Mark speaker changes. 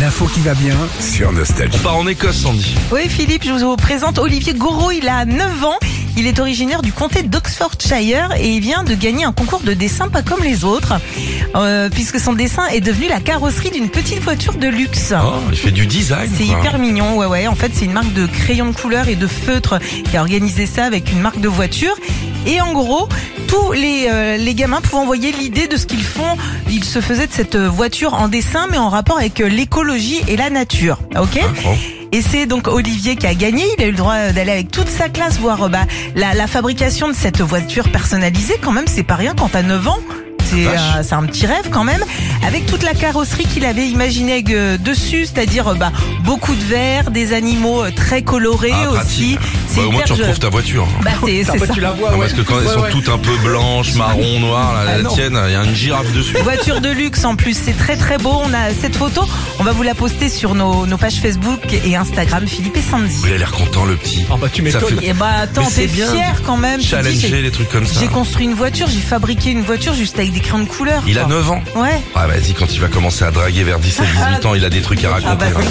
Speaker 1: L'info qui va bien sur Nostalgie.
Speaker 2: On part en Écosse, Sandy.
Speaker 3: Oui, Philippe, je vous présente Olivier Gouraud. Il a 9 ans. Il est originaire du comté d'Oxfordshire et il vient de gagner un concours de dessin pas comme les autres, euh, puisque son dessin est devenu la carrosserie d'une petite voiture de luxe.
Speaker 2: Oh, il fait du design.
Speaker 3: C'est
Speaker 2: quoi.
Speaker 3: hyper mignon, ouais ouais. En fait, c'est une marque de crayons de couleur et de feutres qui a organisé ça avec une marque de voiture. Et en gros, tous les, euh, les gamins pouvaient envoyer l'idée de ce qu'ils font. Ils se faisaient de cette euh, voiture en dessin, mais en rapport avec euh, l'écologie et la nature. Ok
Speaker 2: Incroyable.
Speaker 3: et c'est donc Olivier qui a gagné. Il a eu le droit euh, d'aller avec toute sa classe voir euh, bah, la, la fabrication de cette voiture personnalisée. Quand même, c'est pas rien quand t'as 9 ans. C'est
Speaker 2: Vache.
Speaker 3: euh, c'est un petit rêve quand même. Avec toute la carrosserie qu'il avait imaginée euh, dessus, c'est-à-dire euh, bah, beaucoup de verres, des animaux euh, très colorés
Speaker 2: Ah,
Speaker 3: aussi.
Speaker 2: pratique. Bah, au moins,
Speaker 3: hyper
Speaker 2: tu
Speaker 3: jeu-
Speaker 2: retrouves ta voiture.
Speaker 3: Bah, c'est c'est ça.
Speaker 1: la vois,
Speaker 2: Non, parce que quand elles sont toutes un peu blanches, marron, noires, la,
Speaker 1: Ah,
Speaker 2: la
Speaker 1: non.
Speaker 2: tienne, il y a une girafe dessus.
Speaker 3: Voiture de luxe en plus, c'est très très beau. On a cette photo, on va vous la poster sur nos, nos pages Facebook et Instagram Philippe et Sandy.
Speaker 2: Il a l'air content, le petit.
Speaker 3: Oh,
Speaker 1: Ah bah tu
Speaker 2: Ça
Speaker 1: m'étonnes.
Speaker 2: fait
Speaker 3: Et bah attends,
Speaker 2: Mais c'est
Speaker 3: t'es
Speaker 2: bien
Speaker 3: fier quand même. tu te dis, j'ai-
Speaker 2: challenger les trucs comme ça.
Speaker 3: J'ai construit une voiture, j'ai fabriqué une voiture juste avec des crayons de couleur.
Speaker 2: Il a
Speaker 3: quoi.
Speaker 2: 9 ans.
Speaker 3: Ouais.
Speaker 2: Ah, vas-y, quand il va commencer à draguer vers 17, 18 ans, il a des trucs à
Speaker 3: Ah bah,
Speaker 2: raconter. hein.
Speaker 3: c'est clair.